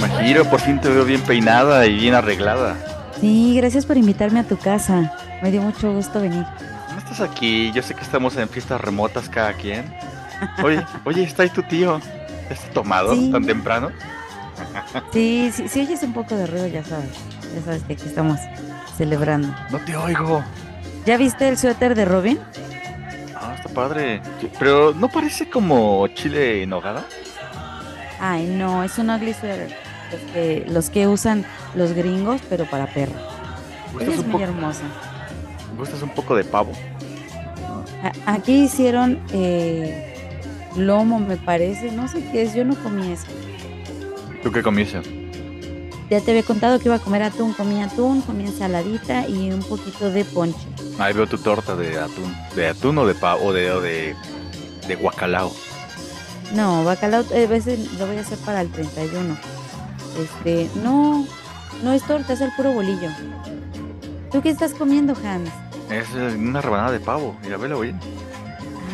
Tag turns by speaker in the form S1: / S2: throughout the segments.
S1: Magiro, por fin te veo bien peinada y bien arreglada.
S2: Sí, gracias por invitarme a tu casa. Me dio mucho gusto venir.
S1: No estás aquí, yo sé que estamos en fiestas remotas cada quien. Oye, oye, está ahí tu tío. ¿Está tomado
S2: Sí.
S1: tan temprano? Ah.
S2: Sí, sí, si oyes un poco de ruido, ya sabes. Ya sabes que aquí estamos celebrando.
S1: No te oigo.
S2: ¿Ya viste el suéter de Robin?
S1: Ah, está padre. Pero ¿no parece como chile en hogada?
S2: Ay, no, es un ugly sweater. Los que, los que usan los gringos, pero para perro. Ella
S1: Gustas
S2: es
S1: un,
S2: muy
S1: poco,
S2: hermosa.
S1: gustas un poco de pavo.
S2: A- aquí hicieron eh, lomo, me parece. No sé qué es, yo no comí eso.
S1: ¿Tú qué comiste?
S2: Ya te había contado que iba a comer atún. Comí atún, comí ensaladita y un poquito de ponche.
S1: Ahí veo tu torta de atún. ¿De atún o de pavo? O de, o de, de guacalao.
S2: No, bacalao, eh, a veces lo voy a hacer para el 31. Este, no, no es torta, es el puro bolillo. ¿Tú qué estás comiendo, Hans?
S1: Es eh, una rebanada de pavo. Mira, velo bien.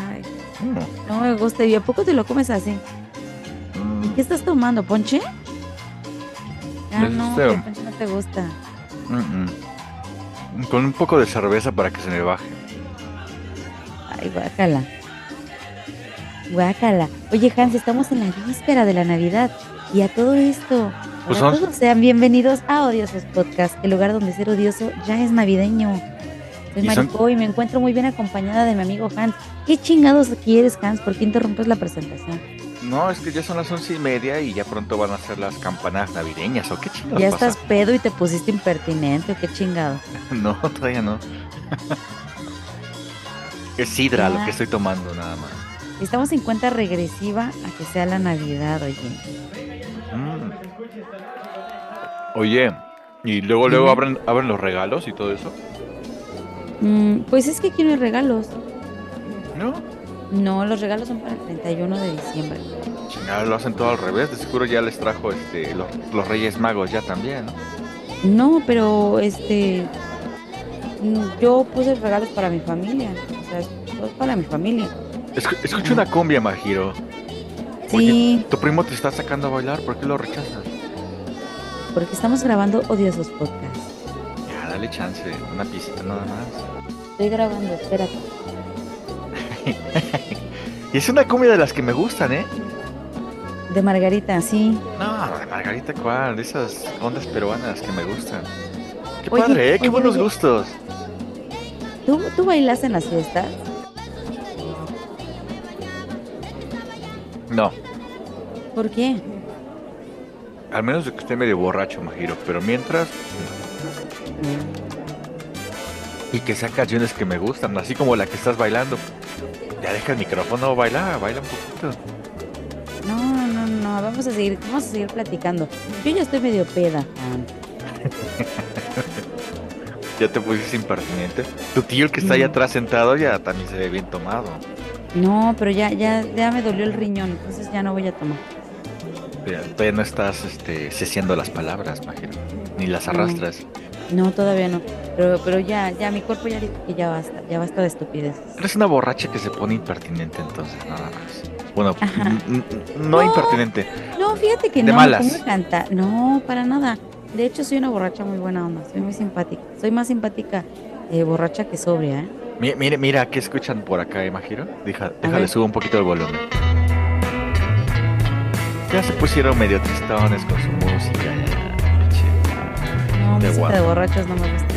S2: Ay,
S1: Mm.
S2: no me gusta. ¿Y a poco te lo comes así?
S1: Mm.
S2: ¿Qué estás tomando, ponche? Ah,
S1: Es
S2: no,
S1: este-
S2: el ponche no te gusta.
S1: Mm, mm. Con un poco de cerveza para que se me baje.
S2: Ay, guácala. Guácala. Oye, Hans, estamos en la víspera de la Navidad. Y a todo esto,
S1: Pues
S2: ahora
S1: vamos.
S2: todos sean bienvenidos a Odiosos Podcast, el lugar donde ser odioso ya es navideño. Soy
S1: Y son-
S2: Marico y me encuentro muy bien acompañada de mi amigo Hans. ¿Qué chingados quieres, Hans? ¿Por qué interrumpes la presentación?
S1: No, es que ya son las once y media y ya pronto van a ser las campanas navideñas. ¿O qué chingados
S2: ¿Ya
S1: pasa?
S2: estás pedo y te pusiste impertinente o qué chingado?
S1: No, todavía no. es sidra lo
S2: Ah.
S1: que estoy tomando nada más.
S2: Estamos en cuenta regresiva a que sea la Navidad, oye.
S1: Mm. Oye, y luego luego
S2: Dime.
S1: abren abren los regalos y todo eso.
S2: Mm, pues es que aquí no hay regalos.
S1: No,
S2: No, los regalos son para el 31 de diciembre.
S1: chingada, lo hacen todo al revés. De seguro ya les trajo este los, los Reyes Magos ya también. ¿no?
S2: No, pero este. mm, Yo puse regalos para mi familia. O sea, es es para mi familia.
S1: Escu- escucha una cumbia, Majiro.
S2: Sí,
S1: Tu primo te está sacando a bailar, ¿por qué lo rechazas?
S2: porque estamos grabando odiosos podcasts.
S1: Ya, dale chance, una pisita nada más.
S2: Estoy grabando, espérate.
S1: Y es una cumbia de las que me gustan, ¿eh?
S2: De Margarita, sí.
S1: No, de Margarita Cuál, de esas ondas peruanas que me gustan. Qué
S2: Oye,
S1: padre, ¿eh? Qué
S2: oye,
S1: buenos
S2: oye.
S1: gustos.
S2: ¿Tú, ¿Tú bailas en las fiestas?
S1: No,
S2: ¿Por qué?
S1: al menos de que esté medio borracho, Majiro, pero mientras.
S2: Mm.
S1: Y que sea canciones que me gustan, así como la que estás bailando. Ya deja el micrófono, baila, baila un poquito.
S2: No, no, no. Vamos a seguir, vamos a seguir platicando. Yo ya estoy medio peda. Juan.
S1: Ya te pusiste impertinente. Tu tío, el que está allá
S2: Mm.
S1: atrás sentado, ya también se ve bien tomado.
S2: No, pero ya, ya, ya me dolió el riñón, entonces ya no voy a tomar.
S1: Mira, todavía no estás este, ceciando las palabras, Majiro, ni las
S2: No.
S1: arrastras.
S2: No, todavía no. Pero, pero ya, ya, mi cuerpo ya dijo que ya basta, ya basta de estupidez.
S1: Eres una borracha que se pone impertinente entonces, nada más. Bueno,
S2: Ajá.
S1: n- n- no,
S2: No.
S1: impertinente.
S2: No, fíjate que
S1: De
S2: no
S1: malas.
S2: me pongo a cantar. No, para nada. De hecho, soy una borracha muy buena onda. Soy muy simpática. Soy más simpática eh, borracha que sobria, ¿eh?
S1: Mi- Mira, mira, ¿qué escuchan por acá, Imagino? Deja, déjale,
S2: ver.
S1: subo un poquito el volumen. Ya se pusieron medio tristones con su música. ya, che.
S2: No,
S1: Qué
S2: música
S1: guapo.
S2: de borrachos no me gusta.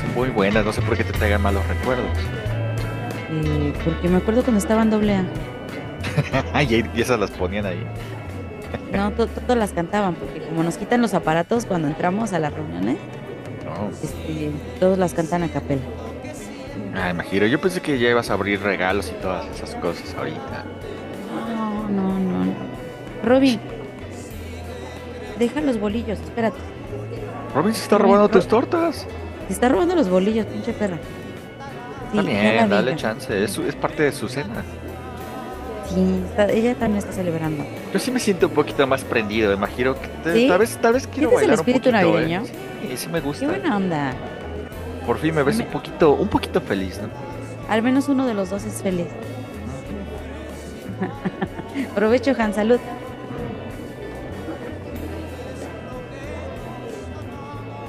S1: Son muy buenas, no sé por qué te traigan malos recuerdos.
S2: Eh, porque me acuerdo cuando estaba en doble A.
S1: y, ahí- y esas las ponían ahí.
S2: No, to- todas las cantaban, porque como nos quitan los aparatos cuando entramos a las reuniones,
S1: No.
S2: este, todos las cantan a capela.
S1: Ah, Imagino, yo pensé que ya ibas a abrir regalos y todas esas cosas ahorita.
S2: No, no, no. no. Robin, deja los bolillos, espérate.
S1: Robin se está
S2: Robin,
S1: robando
S2: Ro-
S1: tus tortas.
S2: Te está robando los bolillos, pinche perra. Sí,
S1: Está
S2: ya la
S1: bien, dale
S2: vi, ya.
S1: chance, es, su- es parte de su cena.
S2: Sí, está- ella también está celebrando.
S1: Yo sí me siento un poquito más prendido, imagino que te-
S2: ¿Sí?
S1: tal vez tal vez quiero
S2: ¿Sientes el
S1: bailar ¿eh?
S2: espíritu
S1: un poquito,
S2: navideño?
S1: ¿eh? Sí, sí me gusta.
S2: Qué buena onda.
S1: Por fin me ves un poquito, un poquito feliz, ¿no?
S2: Al menos uno de los dos es feliz. Provecho, Han, salud.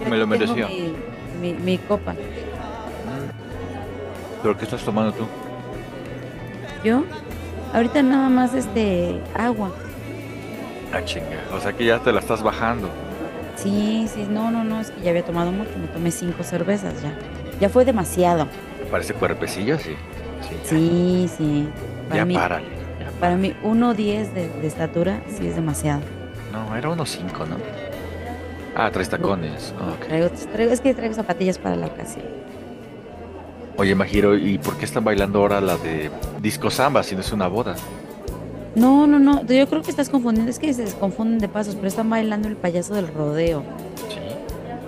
S2: Yo
S1: Me lo
S2: aquí tengo
S1: merecía.
S2: Mi, mi- mi copa.
S1: Mm. ¿Pero qué estás tomando tú?
S2: Yo, ahorita nada más este agua.
S1: Ah, chinga. O sea que ya te la estás bajando.
S2: Sí, sí, no, no, no, es que ya había tomado mucho, me tomé cinco cervezas ya. Ya fue demasiado.
S1: Parece cuerpecillo, sí. Sí. ya.
S2: Sí, sí. Para
S1: ya
S2: mí,
S1: párale. ya párale.
S2: para mí 1.10 de, de estatura sí es demasiado.
S1: No, era unos cinco, ¿no? Ah, tres tacones. ok.
S2: Traigo, traigo- es que traigo zapatillas para la ocasión.
S1: Oye, Majiro, ¿y por qué están bailando ahora la de disco samba si no es una boda?
S2: No, no, no, yo creo que estás confundiendo, es que se confunden de pasos, pero están bailando el payaso del rodeo.
S1: Sí.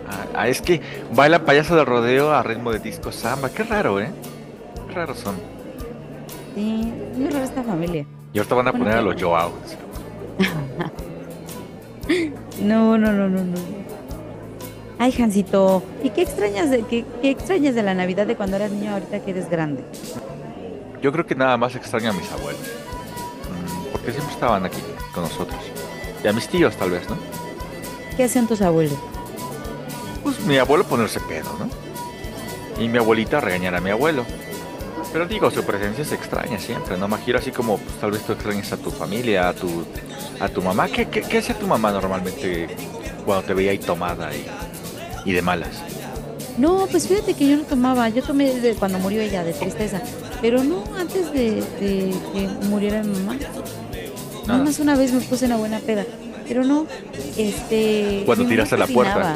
S1: Ah, ah, es que baila payaso de rodeo a ritmo de disco samba. Qué raro, ¿eh? Qué raros son.
S2: Sí, es muy rara esta familia.
S1: Y ahorita van a
S2: Bueno,
S1: poner a
S2: qué
S1: los Joao.
S2: No, no, no, no, no. Ay, Jancito, ¿y qué extrañas de, qué, qué extrañas de la Navidad de cuando eras niño ahorita que eres grande?
S1: Yo creo que nada más extraño a mis abuelos. Mm, Porque siempre estaban aquí con nosotros. Y a mis tíos, tal vez, ¿no?
S2: ¿Qué hacían tus abuelos?
S1: Pues mi abuelo ponerse pedo, ¿no? Y mi abuelita regañar a mi abuelo. Pero digo, su presencia se extraña siempre, ¿no? Imagino así como pues, tal vez tú extrañas a tu familia, a tu, a tu mamá. ¿Qué, qué, qué hacía tu mamá normalmente cuando te veía ahí tomada y, y de malas?
S2: No, pues fíjate que yo no tomaba, yo tomé desde cuando murió ella, de tristeza, pero no antes de, de que muriera mi mamá. Nada
S1: Nada.
S2: más una vez me puse una buena peda, pero no, este...
S1: Cuando
S2: mi mamá
S1: tiraste la puerta.
S2: cocinaba.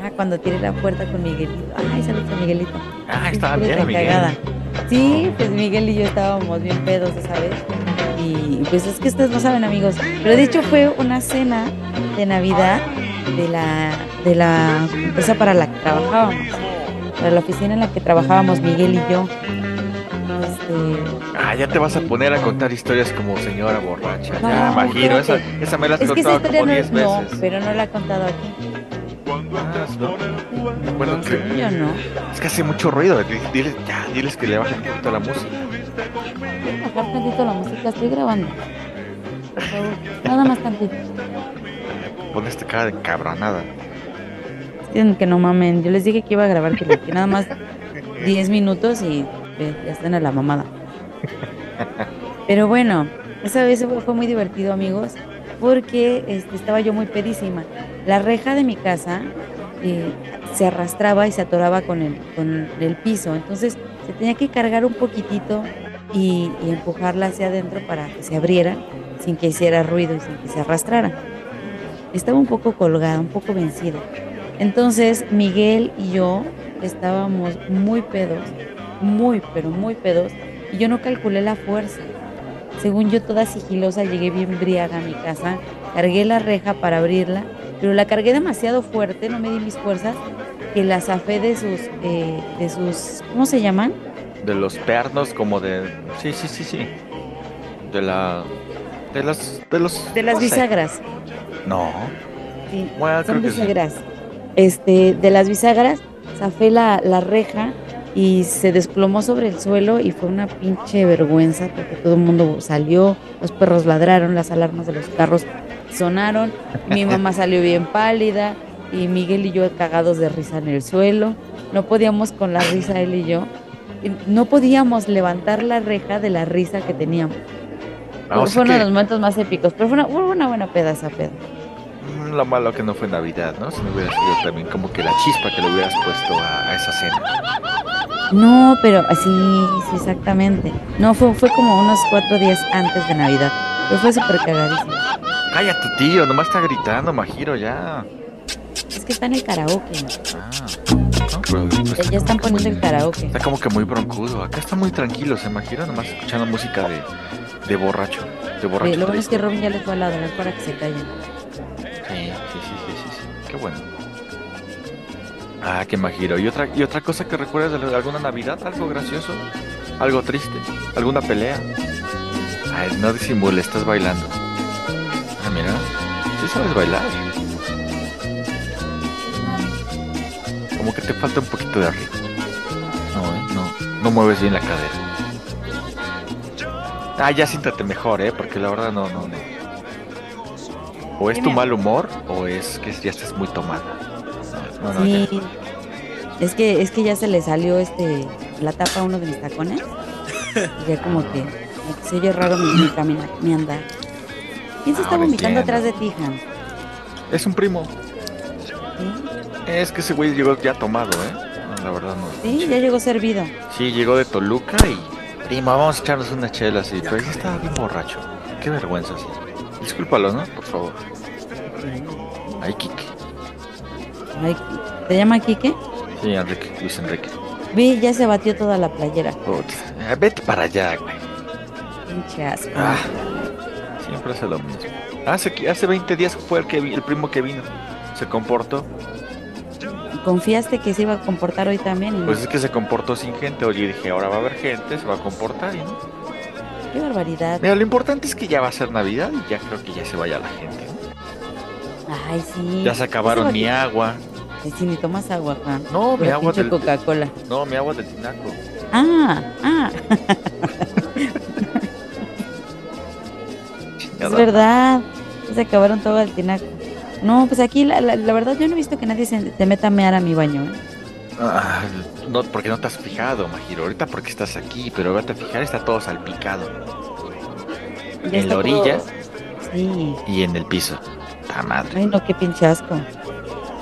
S2: Ajá, cuando tiré la puerta con Miguelito. Ay, saludos a Miguelito.
S1: Ah,
S2: Qué
S1: estaba
S2: cosa
S1: bien,
S2: tan cagada.
S1: Miguel.
S2: Sí, pues Miguel y yo estábamos bien pedos esa vez. Y pues es que ustedes no saben, amigos. Pero de hecho fue una cena de Navidad de la, de la empresa para la que trabajábamos. Para la oficina en la que trabajábamos Miguel y yo. Este,
S1: Ah, ya te vas a poner a contar historias como señora borracha. ya,
S2: No,
S1: imagino, esa,
S2: espérate.
S1: esa me la has
S2: es que esa
S1: contado
S2: historia
S1: como
S2: no,
S1: 10
S2: es- no,
S1: veces.
S2: pero no la he contado aquí.
S1: Ah, no. Bueno,
S2: ¿En
S1: que-
S2: serio no?
S1: es que hace mucho ruido. di- Diles, ya, diles que le bajen un poquito la música.
S2: Voy a bajar tantito la música, estoy grabando. Por favor, Nada más tantito.
S1: Pon esta cara de cabronada.
S2: Dicen que no mamen, yo les dije que iba a grabar que, que nada más 10 minutos y ve, ya están a la mamada. Pero bueno, esa vez fue- fue muy divertido, amigos, porque este, estaba yo muy pedísima. La reja de mi casa eh, se arrastraba y se atoraba con el, con el piso, entonces se tenía que cargar un poquitito y, y empujarla hacia adentro para que se abriera sin que hiciera ruido y sin que se arrastrara. Estaba un poco colgada, un poco vencida. Entonces Miguel y yo estábamos muy pedos, muy, pero muy pedos, y yo no calculé la fuerza. Según yo, toda sigilosa, llegué bien briaga a mi casa, cargué la reja para abrirla, pero la cargué demasiado fuerte, no me di mis fuerzas, que la zafé de sus, eh, de sus, ¿cómo se llaman?
S1: De los pernos, como de. Sí, sí, sí, sí. De la. De las. De los.
S2: De las
S1: no sé.
S2: bisagras.
S1: No.
S2: Sí,
S1: Bueno,
S2: Son
S1: creo que sí.
S2: bisagras. Este, de las bisagras, zafé la, la reja y se desplomó sobre el suelo y fue una pinche vergüenza porque todo el mundo salió, los perros ladraron, las alarmas de los carros sonaron, mi mamá salió bien pálida y Miguel y yo cagados de risa en el suelo. No podíamos con la risa él y yo. y No podíamos levantar la reja de la risa que teníamos.
S1: Vamos
S2: fue
S1: a
S2: uno de
S1: Ah, que.
S2: los momentos más épicos, pero fue una, fue una buena peda esa peda.
S1: mm, Lo malo que no fue Navidad, ¿no? Si no hubiera sido también como que la chispa que le hubieras puesto a, a esa cena.
S2: No, pero así, sí, exactamente. No, fue, fue como unos cuatro días antes de Navidad. Pero fue súper cagadísimo.
S1: Cállate, tío. Nomás está gritando, Majiro, ya.
S2: Es que está en el karaoke.
S1: Ah. no, pero está
S2: Ya están
S1: como que muy-
S2: poniendo el karaoke.
S1: Ah.
S2: Eh,
S1: Está como que muy broncudo. Acá está muy tranquilo, se imagina. Nomás escuchando música de. De borracho. De borracho.
S2: Eh, lo bueno es
S1: triste.
S2: que Robin ya les va a ladrar para que se callen.
S1: Sí, sí, sí, sí, sí, sí. Qué bueno. Ah, qué magiro. ¿Y otra, ¿Y otra cosa que recuerdas de la- de alguna Navidad? ¿Algo gracioso? ¿Algo triste? ¿Alguna pelea? Ay, no disimule, estás bailando. Ah, mira. Sí sabes bailar. Como que te falta un poquito de arriba. No, ¿eh? no, no mueves bien la cadera. Ah, ya siéntate mejor, ¿eh? Porque la verdad no, no, no. O es tu
S2: Dime.
S1: mal humor o es que ya estás muy tomada. No, no, no,
S2: Sí. Es que, es que ya se le salió este la tapa a uno de mis tacones. Y ya como que, como que se oye raro mi, mi caminar, mi andar. ¿Quién se está
S1: Ahora Ah, entiendo.
S2: vomitando atrás de ti, Han?
S1: ya. Es un primo.
S2: ¿Sí?
S1: Es que ese güey llegó ya tomado, ¿eh? No, la verdad no.
S2: Sí, ya llegó servido.
S1: Sí, llegó de Toluca y. Primo, vamos a echarnos una chela así. Pero ahí estaba bien borracho. Qué vergüenza, sí. Discúlpalo, ¿no? Por favor. Ay, Kike.
S2: Ay, ¿Te llama Quique?
S1: Sí, Enrique, Luis Enrique.
S2: Ve, ya se batió toda la playera.
S1: Putz, eh, Vete para allá, güey.
S2: Pinche asco.
S1: Ah, siempre hace lo mismo. Hace, qui- hace 20 días fue el, que vi- el primo que vino. Se comportó.
S2: Confiaste que se iba a comportar hoy también. y-
S1: Pues es que se comportó sin gente. Oye, dije, ahora va a haber gente, se va a comportar. y ¿no?
S2: Qué barbaridad.
S1: Mira, lo importante es que ya va a ser Navidad y ya creo que ya se vaya la gente. ¿no?
S2: Ay, sí.
S1: Ya se acabaron mi
S2: agua.
S1: agua.
S2: Sí, ni tomas agua, Juan.
S1: No, mi
S2: Pura
S1: agua
S2: pinche
S1: del,
S2: Coca-Cola.
S1: no, mi agua del tinaco.
S2: Ah, ah,
S1: Chingada.
S2: es verdad. Se acabaron todo el tinaco. No, pues aquí la, la, la verdad yo no he visto que nadie se te meta a mear a mi baño. ¿eh?
S1: Ah, no, porque no te has fijado, Majiro. Ahorita porque estás aquí, pero vete a fijar, está todo salpicado.
S2: Ya
S1: en
S2: está
S1: la orilla
S2: todo- Sí.
S1: y en el piso. Ta madre.
S2: Ay, no, qué pinche asco.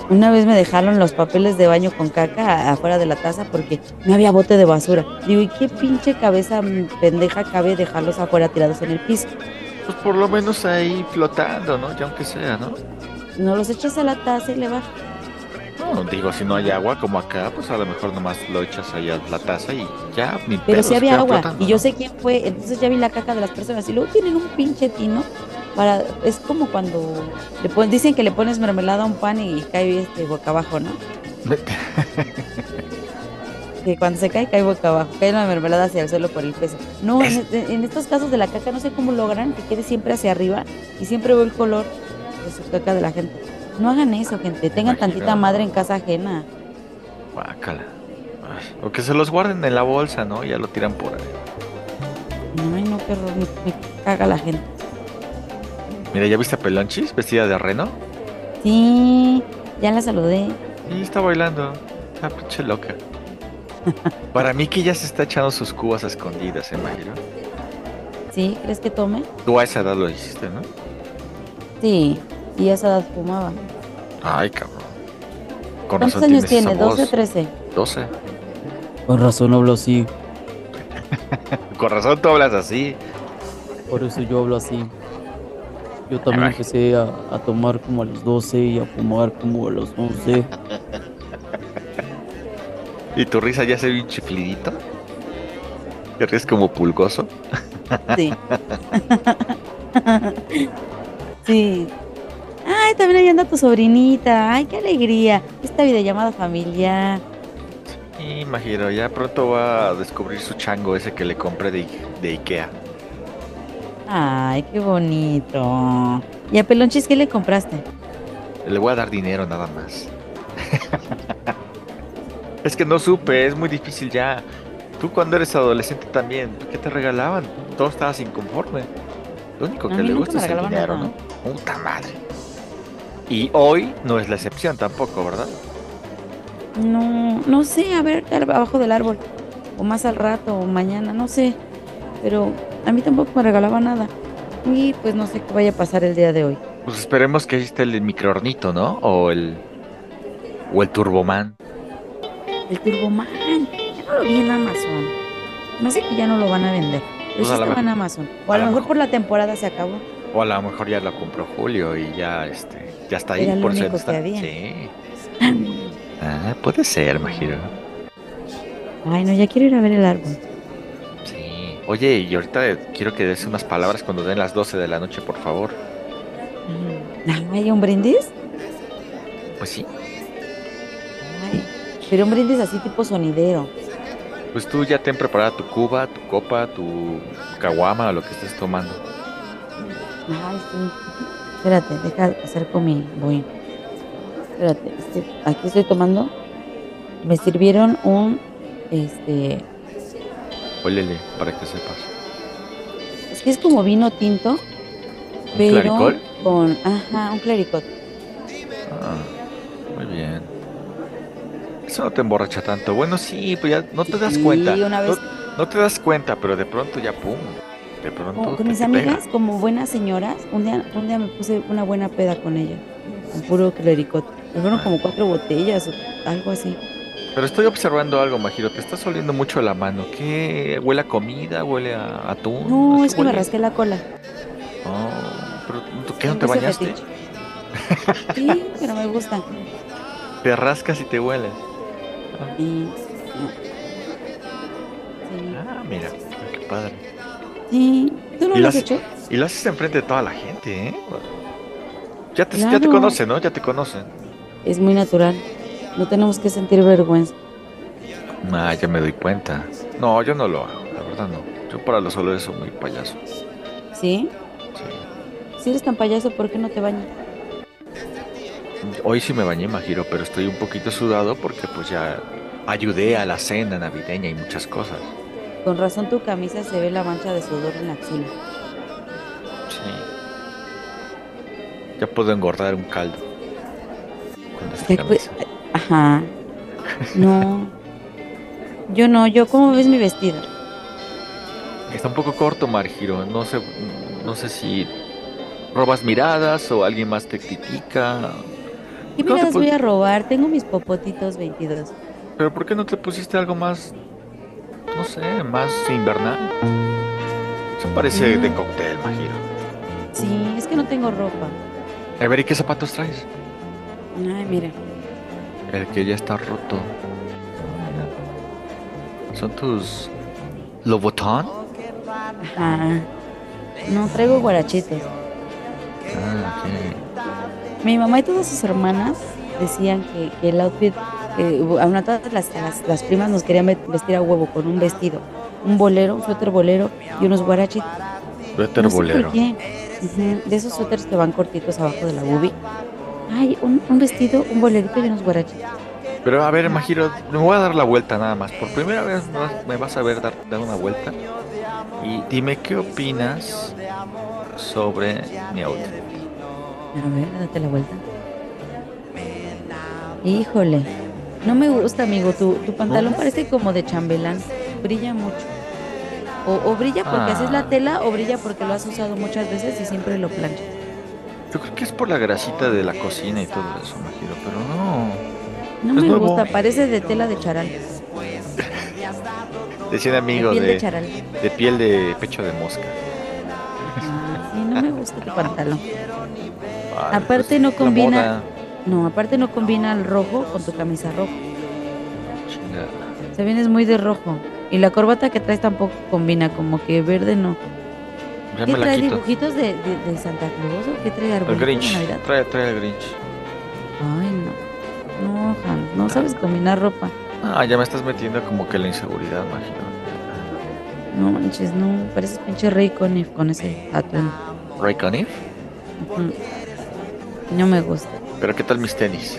S2: Una vez me dejaron los papeles de baño con caca a- afuera de la taza porque no había bote de basura. Digo, ¿y qué pinche cabeza mm, pendeja cabe dejarlos afuera tirados en el piso?
S1: Pues por lo menos ahí flotando, ¿no? Ya aunque sea, ¿no?
S2: No los echas a la taza y le va.
S1: No, digo, si no hay agua como acá, pues a lo mejor nomás lo echas ahí a la taza y ya, ni
S2: Pero
S1: pedo,
S2: sí
S1: se
S2: había
S1: queda
S2: agua.
S1: flotando,
S2: y yo
S1: ¿no?
S2: sé quién fue. Entonces ya vi la caca de las personas. Y luego tienen un pinche tino para. Es como cuando le pon- dicen que le pones mermelada a un pan y, cae este boca abajo, ¿no? Que cuando se cae, cae boca abajo. Cae la mermelada hacia el suelo por el peso. No, en, este, en estos casos de la caca, no sé cómo logran que quede siempre hacia arriba y siempre veo el color de su caca de la gente. No hagan eso, gente. Tengan
S1: Imagino.
S2: tantita madre en casa ajena.
S1: Guácala. Ay, O que se los guarden en la bolsa, ¿no? Ya lo tiran por ahí.
S2: Ay, no, qué horror. Me, me caga la gente.
S1: Mira, ¿ya viste a Pelonchis vestida de reno?
S2: Sí, ya la saludé.
S1: Y está bailando. Está pinche loca. Para mí que ya se está echando sus cubas a escondidas, ¿eh, Mayra?
S2: ¿Sí? ¿Crees que tome?
S1: Tú a esa edad lo hiciste, ¿no?
S2: Sí, y a esa edad fumaba.
S1: Ay, cabrón. Con
S2: ¿Cuántos
S1: razón
S2: años
S1: tienes
S2: tiene?
S1: esa voz.
S2: ¿12 o 13?
S1: 12.
S3: Con razón hablo así,
S1: Con razón tú hablas así.
S3: por eso yo hablo así. Yo también
S1: Ay.
S3: empecé a, a tomar como a los 12 y a fumar como a los 11.
S1: Y tu risa ya se ve un chiflidito. Te ríes como pulgoso.
S2: Sí. sí. Ay, también ahí anda tu sobrinita. Ay, qué alegría. Esta videollamada familiar.
S1: Y Majiro, ya pronto va a descubrir su chango ese que le compré de, de Ikea.
S2: Ay, qué bonito. ¿Y a Pelonchis qué le compraste?
S1: Le voy a dar dinero nada más. es que no supe, es muy difícil ya. Tú cuando eres adolescente también, ¿qué te regalaban? Todo estabas inconforme. Lo único
S2: A
S1: que
S2: mí
S1: le
S2: nunca
S1: gusta
S2: me
S1: es el
S2: regalaban
S1: dinero,
S2: nada.
S1: ¿no? Puta madre. Y hoy no es la excepción tampoco, ¿verdad?
S2: No, no sé, a ver, al- abajo del árbol. O más al rato, o mañana, no sé. Pero a mí tampoco me regalaba nada. Y pues no sé qué vaya a pasar el día de hoy.
S1: Pues esperemos que ahí esté el microornito, ¿no? O el. O el Turboman.
S2: El Turboman. Ya no lo vi en Amazon. Me hace que ya no lo van a vender. Pero
S1: Pues
S2: sí
S1: a la
S2: estaba en
S1: mejor-
S2: Amazon. O a,
S1: a
S2: lo
S1: la
S2: mejor
S1: mejor-
S2: por la temporada se acabó.
S1: O a lo mejor ya lo compró Julio y ya este. Ya está ahí
S2: Era lo
S1: por ser.
S2: único que había.
S1: Sí. Ah, puede ser, Majiro.
S2: Ay, no, ya quiero ir a ver el árbol.
S1: Sí. Oye, y ahorita quiero que des unas palabras cuando den las 12 de la noche, por favor.
S2: Mm. Ay, ¿un brindis?
S1: Pues sí.
S2: Ay, pero un brindis así tipo sonidero.
S1: Pues tú ya ten preparada tu cuba, tu copa, tu caguama o lo que estés tomando.
S2: Ay, sí. Espérate, deja de pasar con mi boy. Espérate, este, aquí estoy tomando me sirvieron un, este,
S1: Ólele, para que sepas.
S2: es que es como vino tinto,
S1: ¿Un
S2: pero
S1: claricol?
S2: con, ajá, un clericot.
S1: Ah, muy bien. Eso no te emborracha tanto. Bueno, sí, pues ya no te das
S2: Sí,
S1: cuenta.
S2: una vez-
S1: no, no te das cuenta, pero de pronto ya pum. De pronto.
S2: Oh, Con, con
S1: te-
S2: mis
S1: te pega.
S2: amigas, como buenas señoras, un día, un día me puse una buena peda con ellas, con puro clericot. Me fueron como cuatro botellas o algo así.
S1: Pero estoy observando algo, Majiro. Te estás oliendo mucho la mano. ¿Qué? ¿Huele a comida? ¿Huele a atún?
S2: No,
S1: ¿A
S2: es
S1: qué
S2: que me
S1: huele?
S2: rasqué la cola.
S1: Oh, pero ¿tú qué no te
S2: Siempre ese
S1: bañaste?
S2: fetiche. Sí, pero me gusta.
S1: Te rascas y te hueles.
S2: Y-
S1: Ah, mira, qué padre.
S2: Sí. Sí. ¿Tú no
S1: ¿Y
S2: lo
S1: las-
S2: has hecho?
S1: Y lo haces enfrente de toda la gente, ¿eh? Ya te, ya te
S2: Claro.
S1: conocen, ¿no? Ya te conocen.
S2: Es muy natural. No tenemos que sentir vergüenza.
S1: Ah, ya me doy cuenta. No, yo no lo hago, la verdad no. Yo para los olores soy muy payaso. sí.
S2: ¿Sí? Si eres tan payaso, ¿por qué no te bañas?
S1: Hoy sí me bañé, Majiro, pero estoy un poquito sudado porque pues ya ayudé a la cena navideña y muchas cosas.
S2: Con razón tu camisa se ve la mancha de sudor en la axila.
S1: Sí. Ya puedo engordar un caldo. Con esta
S2: Ya cu-
S1: camisa.
S2: Ajá. No. Yo no, yo, ¿cómo ves mi vestido?
S1: Está un poco corto, Marjiro. No sé, no sé si robas miradas o alguien más te critica.
S2: ¿Qué
S1: ¿Cómo te
S2: miradas
S1: pon-
S2: voy a robar? Tengo mis popotitos 22.
S1: Pero ¿por qué no te pusiste algo más, no sé, más invernal? Eso parece de
S2: Mm.
S1: cóctel, Marjiro.
S2: Sí, es que no tengo ropa.
S1: A ver, ¿y qué zapatos traes?
S2: Ay, mira.
S1: El que ya está roto. Son tus Louboutin.
S2: Ajá. No, traigo guarachitos.
S1: Ah, ok.
S2: Mi mamá y todas sus hermanas decían que, que el outfit, que a una- todas las, a las, las primas nos querían met- vestir a huevo con un vestido, un bolero, un suéter bolero y unos guarachitos.
S1: Vete
S2: No sé por
S1: bolero.
S2: qué. Ujú, De esos suéteres que van cortitos abajo de la boobie. Ay, un, un vestido, un bolerito y unos guarachitos.
S1: Pero a ver, Majiro, me voy a dar la vuelta nada más. Por primera vez me vas- me vas a ver dar, dar una vuelta. Y dime qué opinas sobre mi outfit.
S2: A ver, date la vuelta. Híjole, no me gusta, amigo. Tu, tu pantalón
S1: ¿No?
S2: parece como de chambelán. Brilla mucho. O, o brilla porque haces
S1: Ah.
S2: la tela o brilla porque lo has usado muchas veces y siempre lo planchas.
S1: Yo creo que es por la grasita de la cocina y todo eso, Majiro, pero no.
S2: No
S1: Es
S2: me
S1: nuevo.
S2: gusta, parece de tela de charal. de
S1: Decía un amigo
S2: piel de,
S1: de,
S2: charal.
S1: de piel de pecho de mosca.
S2: Ah, sí, no me gusta tu pantalón.
S1: Vale,
S2: Aparte
S1: pues,
S2: no
S1: la
S2: combina-
S1: moda,
S2: No, aparte no combina el rojo con tu camisa roja.
S1: chingada.
S2: O sea, vienes muy de rojo. Y la corbata que traes tampoco combina, como que verde no.
S1: Ya
S2: ¿Qué
S1: me la
S2: trae
S1: quito.
S2: dibujitos de, de- de Santa Claus o qué trae
S1: El
S2: arbolitos de Navidad?
S1: Grinch. Trae, trae el Grinch.
S2: Ay, no. No, Hans, no sabes combinar ropa.
S1: Ah, ya me estás metiendo como que la inseguridad, Majiro.
S2: No manches, no. Pareces pinche rey Conniff con ese atuendo.
S1: Ray Conniff.
S2: Ujú. No me gusta.
S1: Pero ¿qué tal mis tenis?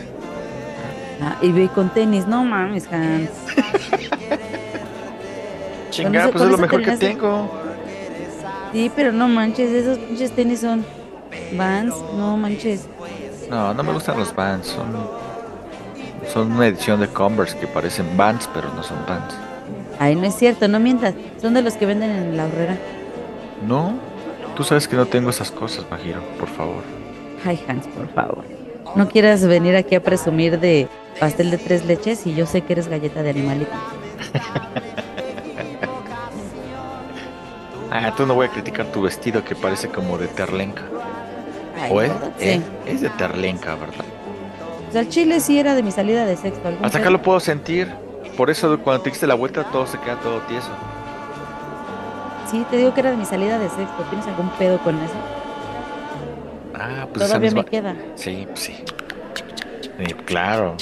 S2: Ah, y ve con tenis. No mames, Hans.
S1: Chingada,
S2: eso-
S1: pues
S2: con
S1: es lo
S2: eso
S1: mejor que
S2: tenías-
S1: tengo.
S2: Sí, pero no manches. Esos pinches tenis son Vans. No manches.
S1: No, no me gustan los Vans, son, son una edición de Converse que parecen Vans, pero no son Vans.
S2: Ay, no es cierto. No mientas. Son de los que venden en la horrera.
S1: No, tú sabes que no tengo esas cosas, Majiro, por favor.
S2: Ay, Hans, por favor. No quieras venir aquí a presumir de pastel de tres leches y yo sé que eres galleta de animalito.
S1: Ah, tú no voy a criticar tu vestido que parece como de terlenca.
S2: Ay,
S1: ¿O es?
S2: ¿verdad?
S1: Eh,
S2: Sí.
S1: es de terlenca, ¿verdad?
S2: O sea, el chile sí era de mi salida de sexto. algún
S1: Hasta acá
S2: pedo.
S1: lo puedo sentir. Por eso cuando te diste la vuelta todo se queda todo tieso.
S2: Sí, te digo que era de mi salida de sexto. ¿Tienes algún pedo con eso?
S1: Ah, pues esa
S2: Todavía
S1: misma...
S2: me queda.
S1: Sí, pues sí. Eh, claro.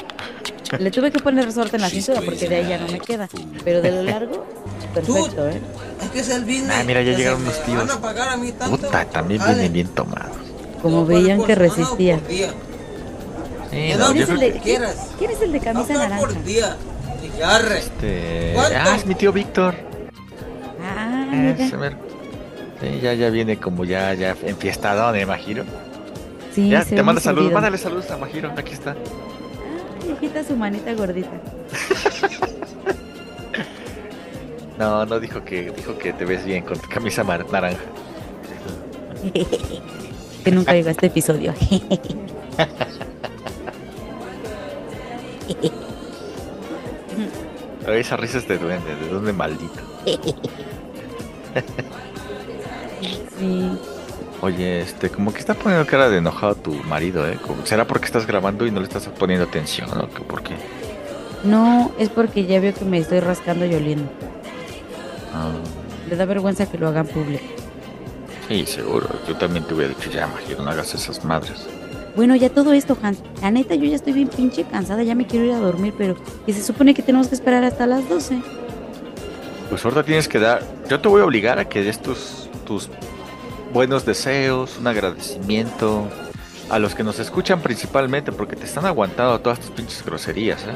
S2: Le tuve que poner resorte en la cintura porque de ahí ya no me queda. Pero de lo largo, perfecto, ¿eh?
S4: Es que es el business.
S1: Ah, mira, ya
S4: que se
S1: llegaron
S4: me
S1: unos tíos.
S4: van a pagar a mí tanto.
S1: Puta, también
S4: Jale.
S1: vienen bien tomados.
S2: Como
S4: Dos pares
S2: veían
S4: por
S2: que
S4: semana o
S2: resistía.
S4: por día.
S1: Sí,
S4: ¿De
S1: no,
S4: dónde
S1: yo creo que
S2: ¿Quién es, el
S4: es lo
S2: de,
S4: que
S2: ¿quién,
S4: quieras.
S2: quién es el de camisa
S4: Habla
S2: naranja?
S4: por día. Dije, arre.
S1: este...
S4: ¿Cuánto?
S1: Ah, es mi tío Víctor.
S2: Ah,
S1: Ese
S2: mira.
S1: mero. Sí, ya, ya viene como ya, ya enfiestado, me imagino.
S2: Sí,
S1: Ya,
S2: se
S1: te
S2: ve
S1: manda
S2: muy
S1: saludos,
S2: servido.
S1: mándale saludos a Majiro, aquí está.
S2: Ay, agita su manita gordita.
S1: No, no dijo que, dijo que te ves bien con tu camisa mar- naranja.
S2: que nunca llegó a este episodio.
S1: Ay, Esas risas de duende, de duende maldito.
S2: sí.
S1: Oye, este, como que está poniendo cara de enojado tu marido, ¿eh? Como- ¿Será porque estás grabando y no le estás poniendo atención o qué? ¿Por qué?
S2: No, es porque ya veo que me estoy rascando y oliendo.
S1: Ah,
S2: Le da vergüenza que lo hagan público.
S1: sí, seguro. Yo también te hubiera dicho, ya, Majiro, no hagas esas madres.
S2: Bueno, ya todo esto, Hans. La neta, yo ya estoy bien pinche cansada, ya me quiero ir a dormir, pero que se supone que tenemos que esperar hasta las 12.
S1: Pues ahorita tienes que dar. Yo te voy a obligar a que des tus, tus buenos deseos, un agradecimiento a los que nos escuchan principalmente, porque te están aguantando todas tus pinches groserías, ¿eh?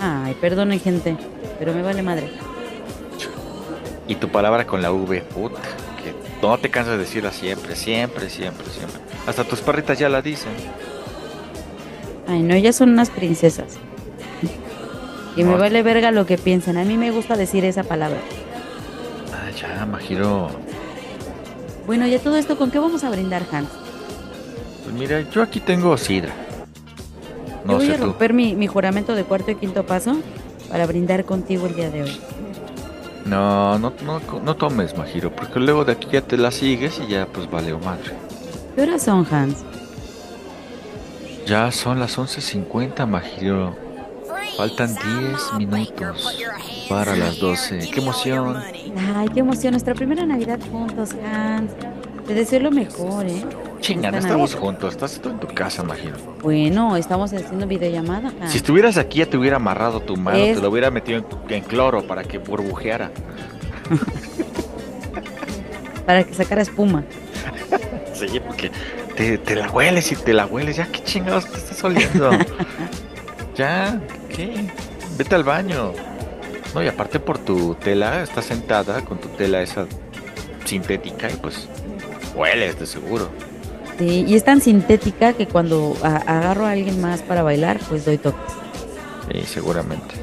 S2: Ay, perdonen, gente, pero me vale madre.
S1: Y tu palabra con la V, puta, que no te cansas de decirla siempre, siempre, siempre, siempre. Hasta tus perritas ya la dicen.
S2: Ay, no, ellas son unas princesas. Y me
S1: No.
S2: vale verga lo que piensen. A mí me gusta decir esa palabra.
S1: Ah, ya, Majiro.
S2: Bueno, ya todo esto, ¿con qué vamos a brindar, Hans?
S1: Pues mira, yo aquí tengo sidra.
S2: Yo
S1: No
S2: voy
S1: sé
S2: a
S1: tú.
S2: romper mi, mi juramento de cuarto y quinto paso para brindar contigo el día de hoy.
S1: No, no, no, no tomes, Majiro, porque luego de aquí ya te la sigues y ya pues vale o madre.
S2: ¿Qué horas son, Hans?
S1: Ya son las 11.50, Majiro. Faltan 10 minutos para las 12. ¡Qué emoción!
S2: Ay, qué emoción. Nuestra primera Navidad juntos, Hans. Te deseo lo mejor, ¿eh?
S1: Chinga, no
S2: Esta
S1: estamos
S2: Navidad.
S1: juntos, estás tú en tu casa, Majiro.
S2: Bueno, estamos haciendo videollamada, Hans.
S1: Si estuvieras aquí ya te hubiera amarrado tu mano,
S2: Ah. Es-
S1: te lo hubiera metido en, en cloro para que burbujeara.
S2: Para que sacara espuma.
S1: Sí, porque te, te la hueles y te la hueles. Ya, qué chingados te estás oliendo. ya, ¿qué? Vete al baño. No, y aparte por tu tela, estás sentada con tu tela esa sintética y pues hueles de seguro.
S2: Sí, y es tan sintética que cuando a- agarro a alguien más para bailar, pues doy toques.
S1: Sí, seguramente.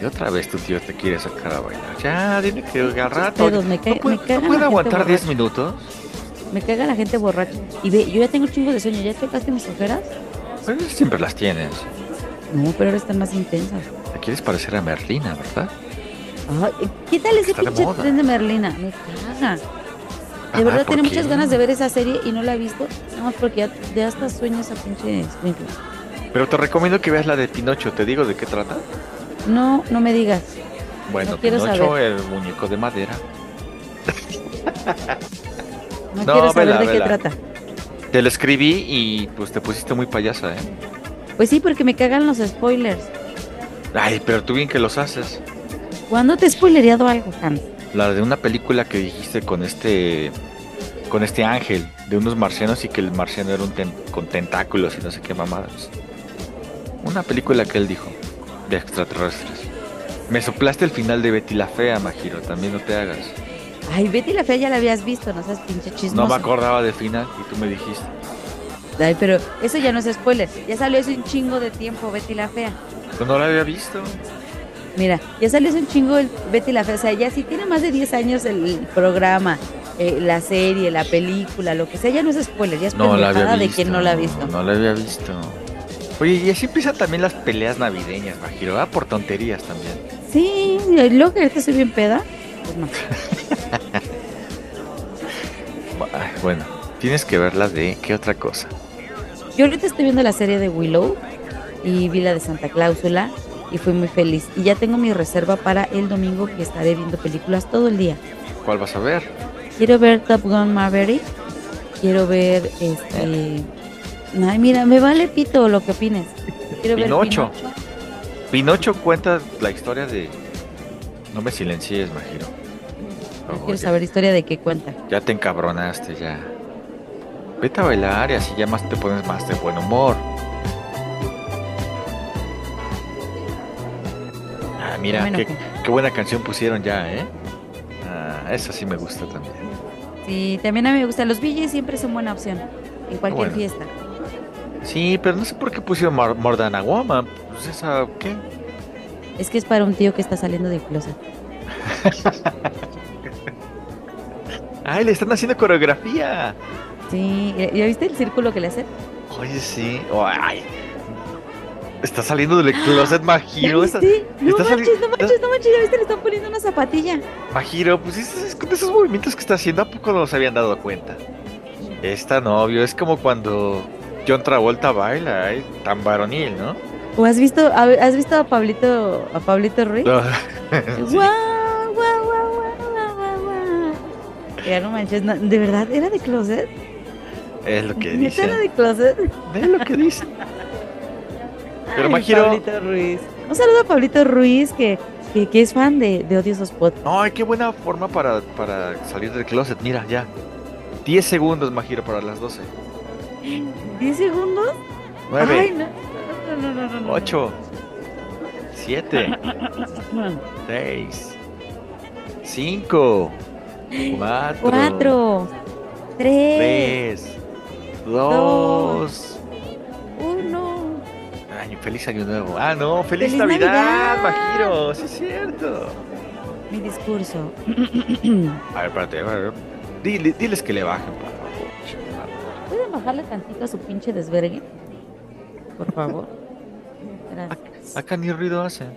S1: Y otra vez tu tío te quiere sacar a bailar. Ya, dime que al rato.
S2: pedos, me ca-
S1: ¿No puede,
S2: me cagan
S1: no puede
S2: la gente
S1: aguantar 10
S2: borracha.
S1: minutos?
S2: Me caga la gente borracha. Y ve, yo ya tengo un chingo de sueño. ¿Ya tocaste mis ojeras?
S1: Pues siempre las tienes.
S2: No, pero ahora están más intensas.
S1: Te quieres parecer a Merlina, ¿verdad?
S2: Ay, ¿Qué tal ese
S1: Está de
S2: pinche
S1: moda.
S2: tren de Merlina? Me caga.
S1: Ah,
S2: De verdad,
S1: ¿por
S2: tenía
S1: qué?
S2: muchas ganas de ver esa serie y no la he visto. Nada más porque ya, ya hasta sueño esa pinche Springfield.
S1: Pero te recomiendo que veas la de Pinocho. ¿Te digo de qué trata?
S2: No, no me digas.
S1: Bueno,
S2: No quiero
S1: Pinocho, el muñeco de madera.
S2: No,
S1: No,
S2: quiero saber
S1: vela,
S2: de qué
S1: vela.
S2: trata.
S1: Te lo escribí y pues te pusiste muy payasa, ¿eh?
S2: Pues sí, porque me cagan los spoilers.
S1: Ay, pero tú bien que los haces.
S2: ¿Cuándo te he spoilereado algo, Hans?
S1: La de una película que dijiste con este con este ángel de unos marcianos y que el marciano era un ten- con tentáculos y no sé qué mamadas. Una película que él dijo de extraterrestres. Me soplaste el final de Betty la fea, Majiro, también no te hagas.
S2: Ay, Betty la Fea ya la habías visto, no seas pinche
S1: No
S2: chismoso.
S1: me acordaba del final y tú me dijiste.
S2: Ay, pero eso ya no es spoiler. Ya salió hace un chingo de tiempo Betty la Fea.
S1: Yo no la había visto.
S2: Mea. Mira, ya salió hace un chingo el Betty la Fea. O sea, ya si tiene más de 10 años el programa, eh, la serie, la película, lo que sea, ya no es spoiler. Ya es
S1: No la había
S2: pendejada
S1: visto.
S2: de quien no la ha visto.
S1: No la había visto. Oye, y así empiezan también las peleas navideñas, Majiro, ¿verdad? Por tonterías también.
S2: Sí, y luego que ahorita soy bien peda. Pues no.
S1: Ay, Bueno, tienes que verla de qué otra cosa.
S2: Yo ahorita estoy viendo la serie de Willow y vi la de Santa Cláusula y fui muy feliz. Y ya tengo mi reserva para el domingo que estaré viendo películas todo el día.
S1: ¿Cuál vas a ver?
S2: Quiero ver Top Gun Maverick. Quiero ver este. Ay, mira, me vale pito lo que opines. Quiero ver
S1: Pinocho.
S2: Pinocho.
S1: Pinocho cuenta la historia de. No me silencies, Majiro.
S2: Yo
S1: Ojo,
S2: quiero
S1: ya-
S2: saber historia de qué cuenta.
S1: Ya te encabronaste, ya. Vete a bailar y así ya más te pones más de buen humor. Ah, mira,
S2: Bueno,
S1: qué,
S2: ¿qué?
S1: qué buena canción pusieron ya, ¿eh? Ah, esa sí me gusta también.
S2: Sí, también a mí me gusta. Los BJs siempre son buena opción. En cualquier
S1: Bueno.
S2: fiesta.
S1: Sí, pero no sé por qué pusieron Mor- More Than a Woman. Pues esa, ¿qué?
S2: Es que es para un tío que está saliendo del closet.
S1: ¡Ay, le están haciendo coreografía!
S2: Sí, ¿ya ya viste el círculo que le hacen?
S1: Oye, sí. Ay. Está saliendo del closet
S2: ¿Ya
S1: Majiro. Está,
S2: viste? No
S1: está sali-
S2: manches, no manches, no manches, ya viste, le están poniendo una zapatilla.
S1: Majiro, pues es- es- con esos movimientos que está haciendo, ¿a poco no se habían dado cuenta? Es tan obvio, es como cuando John Travolta baila, ay, tan varonil, ¿no?
S2: ¿O has visto, a- has visto a Pablito, a Pablito Ruiz?
S1: Sí.
S2: Guau, guau, guau, guau, guau, guau. Ya no manches, no, de verdad, ¿era de closet?
S1: Es lo que
S2: ¿Neta era
S1: dice.
S2: de closet?
S1: Es lo que dice. Pero
S2: Ay,
S1: Majiro,
S2: Pablito Ruiz. Un saludo a Pablito Ruiz, que, que, que es fan de, de Odiosos Podcast.
S1: ay, qué buena forma para, para salir del closet. Mira, ya. 10 segundos, Majiro, para las 12.
S2: ¿10 segundos?
S1: 9,
S2: Ay, no. No, no, no, no, no.
S1: 8, 7. 6, 5, 4,
S2: 4, 3,
S1: 3,
S2: dos,
S1: 2.
S2: 1.
S1: Ay, feliz año nuevo. Ah, no, feliz,
S2: ¡Feliz
S1: Navidad,
S2: Navidad!
S1: Majiro. Sí, es cierto.
S2: Mi discurso.
S1: A ver, espérate, a ver. Dile- diles que le bajen, por favor. chingada.
S2: ¿Pueden bajarle tantito a su pinche desvergue? Por favor. Gracias.
S1: Acá ni ruido hacen.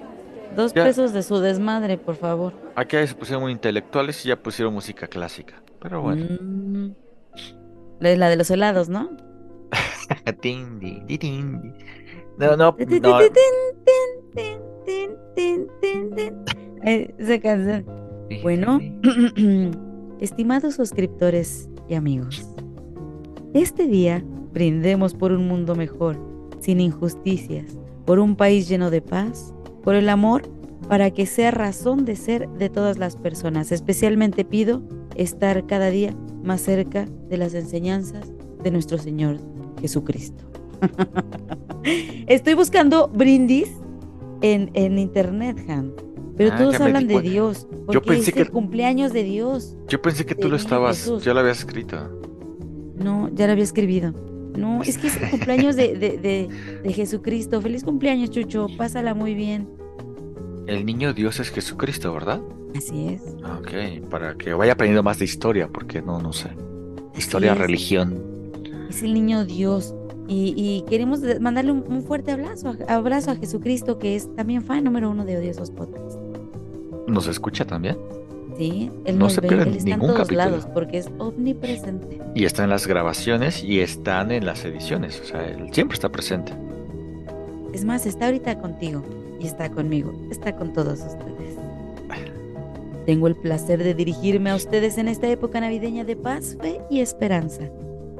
S2: Dos
S1: ya.
S2: pesos de su desmadre, por favor.
S1: Acá se pusieron muy intelectuales y ya pusieron música clásica. Pero Ah, bueno.
S2: Mm. La, la de los helados, ¿no?
S1: Tin, di, di, tin, di. No, no,
S2: Tin, tin,
S1: no.
S2: tin, tin, tin, tin, tin, tin. Eh, Esa canción. Bueno, estimados suscriptores y amigos, este día brindemos por un mundo mejor, sin injusticias, por un país lleno de paz, por el amor, para que sea razón de ser de todas las personas. Especialmente pido estar cada día más cerca de las enseñanzas de nuestro Señor Jesucristo. Estoy buscando brindis en, en internet, Han. Pero
S1: Ah,
S2: todos
S1: ya me di
S2: hablan de
S1: cuenta.
S2: Dios. Porque
S1: pensé
S2: es
S1: que-
S2: el cumpleaños de Dios.
S1: Yo pensé que tú lo
S2: Sí,
S1: estabas,
S2: Jesús.
S1: ya lo habías escrito.
S2: No, ya lo había escribido. No,
S1: Pues
S2: es que es el cumpleaños de, de- de- de Jesucristo. Feliz cumpleaños, Chucho. Pásala muy bien.
S1: El niño Dios es Jesucristo, ¿verdad? Ah,
S2: Así es.
S1: Ok, para que vaya aprendiendo más de historia, porque no, no sé.
S2: así
S1: Historia,
S2: es.
S1: religión.
S2: Es el niño Dios. Y, y queremos de- mandarle un, un fuerte abrazo a, abrazo a Jesucristo, que es también fan número uno de Odiosos Podcast.
S1: ¿Nos escucha también?
S2: Sí, él
S1: No
S2: nos
S1: se
S2: ve,
S1: pierden
S2: él está en
S1: ningún
S2: todos
S1: capítulo.
S2: lados porque es omnipresente.
S1: Y está en las grabaciones y están en las ediciones. O sea, él siempre está presente.
S2: Es más, está ahorita contigo y está conmigo, está con todos ustedes. Tengo el placer de dirigirme a ustedes en esta época navideña de paz, fe y esperanza.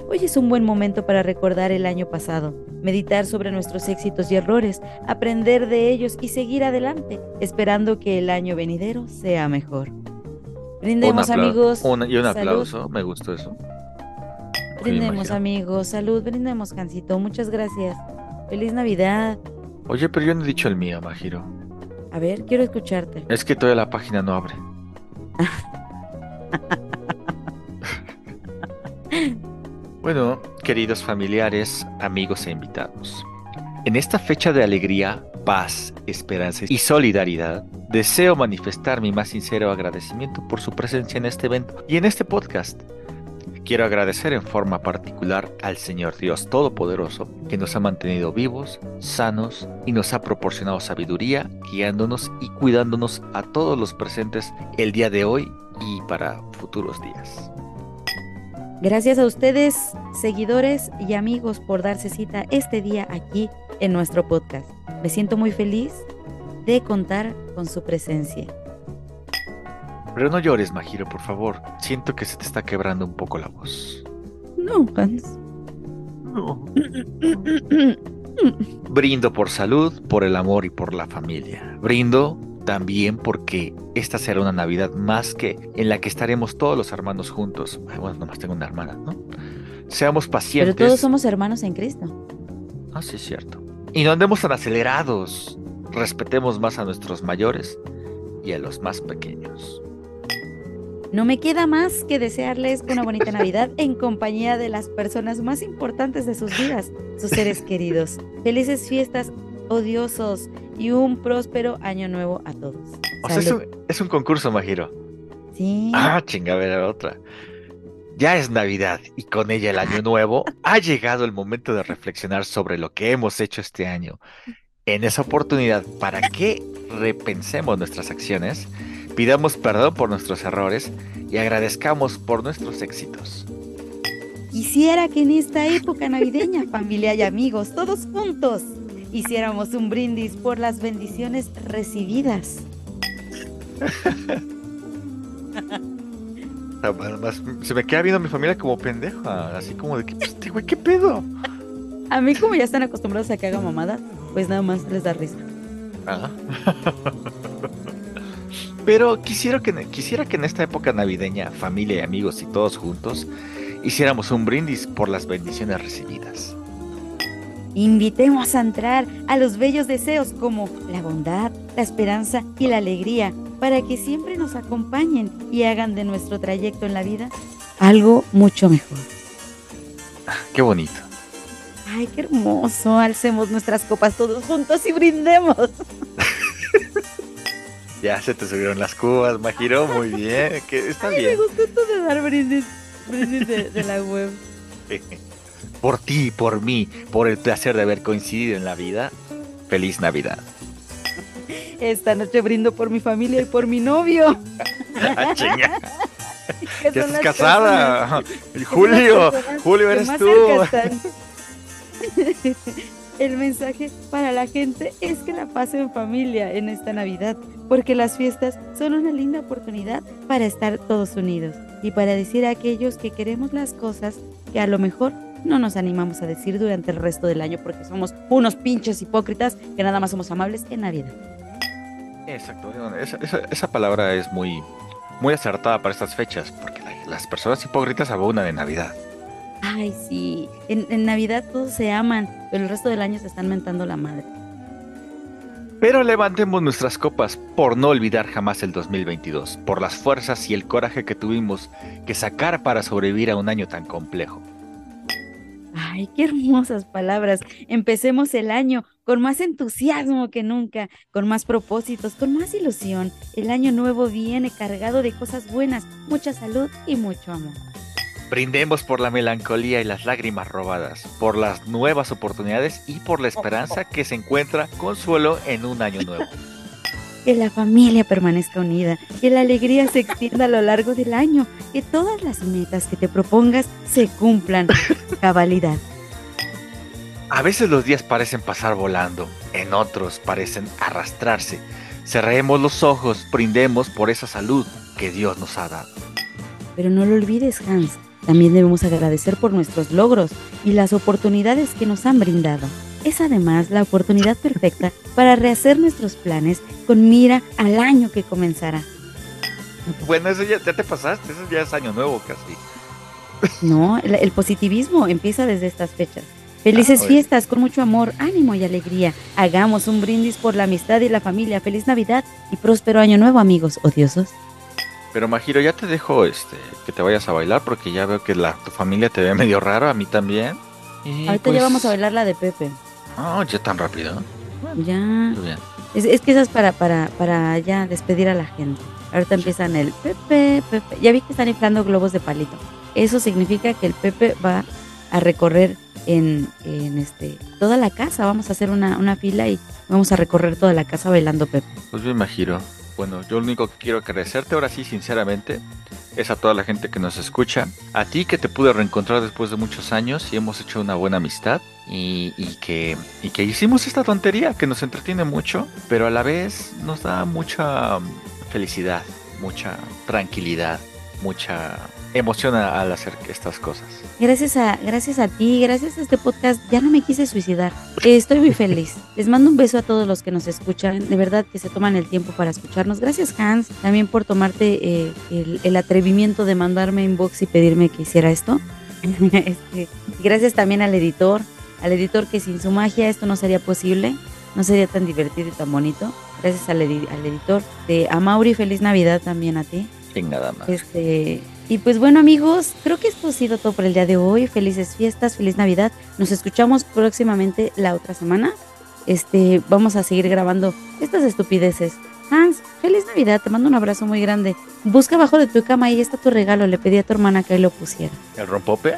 S2: Hoy es un buen momento para recordar el año pasado, meditar sobre nuestros éxitos y errores, aprender de ellos y seguir adelante, esperando que el año venidero sea mejor. Brindemos
S1: Un apla-
S2: amigos,
S1: un- y un
S2: salud.
S1: aplauso, me gustó eso.
S2: brindemos
S1: imagino.
S2: amigos, salud, brindemos Jancito, muchas gracias. Feliz Navidad.
S1: Oye, pero yo no he dicho el mío, Majiro.
S2: A ver, quiero escucharte.
S1: Es que todavía la página no abre. bueno, queridos familiares, amigos e invitados. En esta fecha de alegría, paz, esperanza y solidaridad, deseo manifestar mi más sincero agradecimiento por su presencia en este evento y en este podcast. Quiero agradecer en forma particular al Señor Dios Todopoderoso que nos ha mantenido vivos, sanos y nos ha proporcionado sabiduría, guiándonos y cuidándonos a todos los presentes el día de hoy y para futuros días.
S2: Gracias a ustedes, seguidores y amigos, por darse cita este día aquí en nuestro podcast. Me siento muy feliz de contar con su presencia.
S1: Pero no llores, Majiro, por favor. Siento que se te está quebrando un poco la voz.
S2: No, Hans.
S1: Brindo por salud, por el amor y por la familia. Brindo también porque esta será una Navidad más que en la que estaremos todos los hermanos juntos. Ay, bueno, nomás tengo una hermana, ¿no? Seamos
S2: Pero
S1: pacientes.
S2: todos somos hermanos en Cristo.
S1: Ah, sí, es cierto. Y no andemos tan acelerados. Respetemos más a nuestros mayores y a los más pequeños.
S2: No me queda más que desearles una bonita Navidad en compañía de las personas más importantes de sus vidas, sus seres queridos. Felices fiestas, odiosos y un próspero año nuevo a todos.
S1: O sea, es
S2: Salud.
S1: un, es un concurso, Majiro.
S2: Sí.
S1: Ah, chingadera, otra. Ya es Navidad y con ella el año nuevo. Ha llegado el momento de reflexionar sobre lo que hemos hecho este año. En esa oportunidad, para que repensemos nuestras acciones, pidamos perdón por nuestros errores y agradezcamos por nuestros éxitos.
S2: Quisiera que en esta época navideña, familia y amigos, todos juntos, hiciéramos un brindis por las bendiciones recibidas.
S1: O sea, Además, se me queda viendo mi familia como pendeja, así como de que, este güey, ¿qué pedo?
S2: A mí como ya están acostumbrados a que haga mamada, pues nada más les da risa.
S1: Ah. Pero quisiera que, quisiera que en esta época navideña, familia y amigos y todos juntos, hiciéramos un brindis por las bendiciones recibidas.
S2: Invitemos a entrar a los bellos deseos como la bondad, la esperanza y la alegría para que siempre nos acompañen y hagan de nuestro trayecto en la vida algo mucho mejor.
S1: Qué bonito.
S2: Ay, qué hermoso. Alcemos nuestras copas todos juntos y brindemos.
S1: Ya se te subieron las cubas, Majiro, muy bien. Que está
S2: Me
S1: bien.
S2: gustó esto de dar brindis, brindis de, de la web.
S1: Por ti, por mí, por el placer de haber coincidido en la vida. Feliz Navidad.
S2: Esta noche brindo por mi familia y por mi novio.
S1: Ah, chinga,
S2: que
S1: ya
S2: son
S1: estás
S2: las personas-
S1: casada.
S2: que son las
S1: Julio,
S2: personas
S1: Julio
S2: que
S1: eres
S2: más
S1: tú.
S2: cerca están. El mensaje para la gente es que la pasen en familia en esta Navidad, porque las fiestas son una linda oportunidad para estar todos unidos y para decir a aquellos que queremos las cosas que a lo mejor no nos animamos a decir durante el resto del año porque somos unos pinches hipócritas que nada más somos amables en Navidad.
S1: Exacto, esa, esa- esa palabra es muy, muy acertada para estas fechas, porque la- las personas hipócritas abundan en Navidad.
S2: Ay, sí, en, en Navidad todos se aman, pero el resto del año se están mentando la madre.
S1: Pero levantemos nuestras copas por no olvidar jamás el 2022, por las fuerzas y el coraje que tuvimos que sacar para sobrevivir a un año tan complejo.
S2: Ay, qué hermosas palabras. Empecemos el año con más entusiasmo que nunca, con más propósitos, con más ilusión. El año nuevo viene cargado de cosas buenas, mucha salud y mucho amor.
S1: Brindemos por la melancolía y las lágrimas robadas, por las nuevas oportunidades y por la esperanza que se encuentra consuelo en un año nuevo.
S2: Que la familia permanezca unida, que la alegría se extienda a lo largo del año, que todas las metas que te propongas se cumplan. Cabalidad.
S1: A veces los días parecen pasar volando, en otros parecen arrastrarse. Cerremos los ojos, brindemos por esa salud que Dios nos ha dado.
S2: Pero no lo olvides, Hans. También debemos agradecer por nuestros logros y las oportunidades que nos han brindado. Es además la oportunidad perfecta para rehacer nuestros planes con mira al año que comenzará.
S1: Bueno, eso ya, ya te pasaste, eso ya es año nuevo casi.
S2: No, el, el positivismo empieza desde estas fechas. Felices
S1: Ah, oye.
S2: fiestas con mucho amor, ánimo y alegría. Hagamos un brindis por la amistad y la familia. Feliz Navidad y próspero año nuevo, amigos odiosos.
S1: Pero Majiro, ya te dejo este, que te vayas a bailar porque ya veo que la, tu familia te ve medio raro, a mí también. Y
S2: Ahorita
S1: pues,
S2: ya vamos a bailar la de Pepe.
S1: No, ya tan rápido.
S2: Ya.
S1: Muy bien.
S2: Es, es que esa es para, para, para ya despedir a la gente. Ahorita empiezan el Pepe, Pepe. Ya vi que están inflando globos de palito. Eso significa que el Pepe va a recorrer en, en este toda la casa. Vamos a hacer una, una fila y vamos a recorrer toda la casa bailando Pepe.
S1: Pues bien, Majiro. Bueno, yo lo único que quiero agradecerte ahora sí, sinceramente, es a toda la gente que nos escucha, a ti que te pude reencontrar después de muchos años y hemos hecho una buena amistad y, y que, y que hicimos esta tontería que nos entretiene mucho, pero a la vez nos da mucha felicidad, mucha tranquilidad, mucha emoción a- al hacer estas cosas.
S2: Gracias a, gracias a ti, gracias a este podcast, ya no me quise suicidar. Eh, Estoy muy feliz. Les mando un beso a todos los que nos escuchan, de verdad que se toman el tiempo para escucharnos. Gracias Hans, también por tomarte eh, el, el atrevimiento de mandarme inbox y pedirme que hiciera esto. Este, y gracias también al editor, al editor que sin su magia esto no sería posible, no sería tan divertido y tan bonito. Gracias al, edi- al editor. Este, a Mauri, feliz Navidad también a ti.
S1: Sin nada más.
S2: Este, y pues bueno amigos, creo que esto ha sido todo por el día de hoy. Felices fiestas, feliz Navidad. Nos escuchamos próximamente la otra semana. Este, vamos a seguir grabando estas estupideces. Hans, feliz Navidad, te mando un abrazo muy grande. Busca abajo de tu cama, ahí está tu regalo. Le pedí a tu hermana que ahí lo pusiera.
S1: ¿El rompope?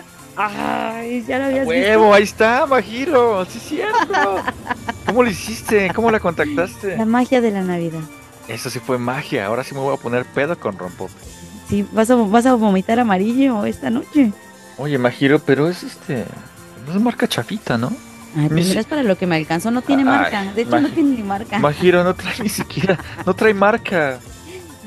S2: Ay, ya lo
S1: ¡A
S2: habías visto.
S1: ¡Huevo! Ahí está, Majiro. Sí, es cierto. ¿Cómo lo hiciste? ¿Cómo la contactaste?
S2: La magia de la Navidad.
S1: Eso sí fue magia. Ahora sí me voy a poner pedo con rompope.
S2: Sí, vas a, vas a vomitar amarillo esta noche.
S1: Oye, Majiro, pero es este. No es marca chafita, ¿no?
S2: Ay,
S1: Ni
S2: pues
S1: si-
S2: mira, es para lo que me alcanzó. No tiene
S1: Ay,
S2: marca. De hecho, no
S1: magia.
S2: tiene ni marca.
S1: Majiro no trae ni siquiera. No trae marca.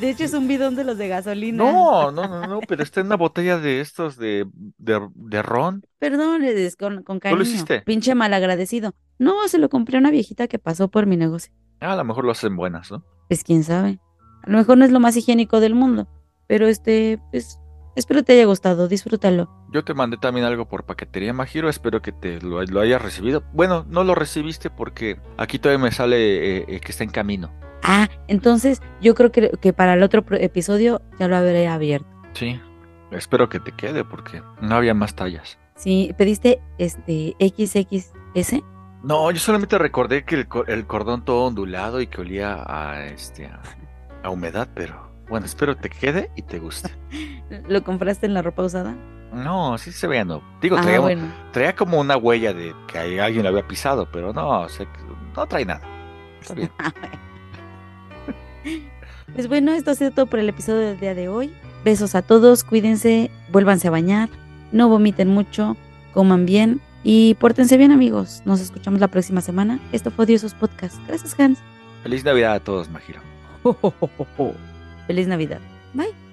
S2: De hecho, es un bidón de los de gasolina.
S1: No, no, no, no. Pero está en una botella de estos de, de, de ron.
S2: Perdón, le des- con, con
S1: lo
S2: cariño.
S1: hiciste?
S2: Pinche malagradecido. No, se lo compré a una viejita que pasó por mi negocio.
S1: Ah, A lo mejor lo hacen buenas, ¿no?
S2: Pues quién sabe. A lo mejor no es lo más higiénico del mundo. Pero este, pues, espero te haya gustado. Disfrútalo.
S1: Yo te mandé también algo por paquetería Majiro, espero que te lo, lo hayas recibido. Bueno, no lo recibiste porque aquí todavía me sale eh, eh, que está en camino.
S2: Ah, entonces yo creo que, que para el otro pro- episodio ya lo habré abierto.
S1: Sí, espero que te quede porque no había más tallas.
S2: Sí, pediste este XXS.
S1: No, yo solamente recordé que el, co- el cordón todo ondulado y que olía a, este, a, a humedad, pero bueno, espero te quede y te guste.
S2: ¿Lo compraste en la ropa usada?
S1: No, sí se veía, no. Digo,
S2: Ah,
S1: traía, un-
S2: bueno.
S1: traía como una huella de que alguien lo había pisado, pero no, o sea, que no trae nada. Está bien.
S2: Pues bueno, esto ha sido todo por el episodio del día de hoy. Besos a todos, cuídense, vuélvanse a bañar, no vomiten mucho, coman bien y pórtense bien amigos. Nos escuchamos la próxima semana. Esto fue Diosos Podcast. Gracias Hans.
S1: Feliz Navidad a todos, Majiro.
S2: Feliz Navidad. Bye.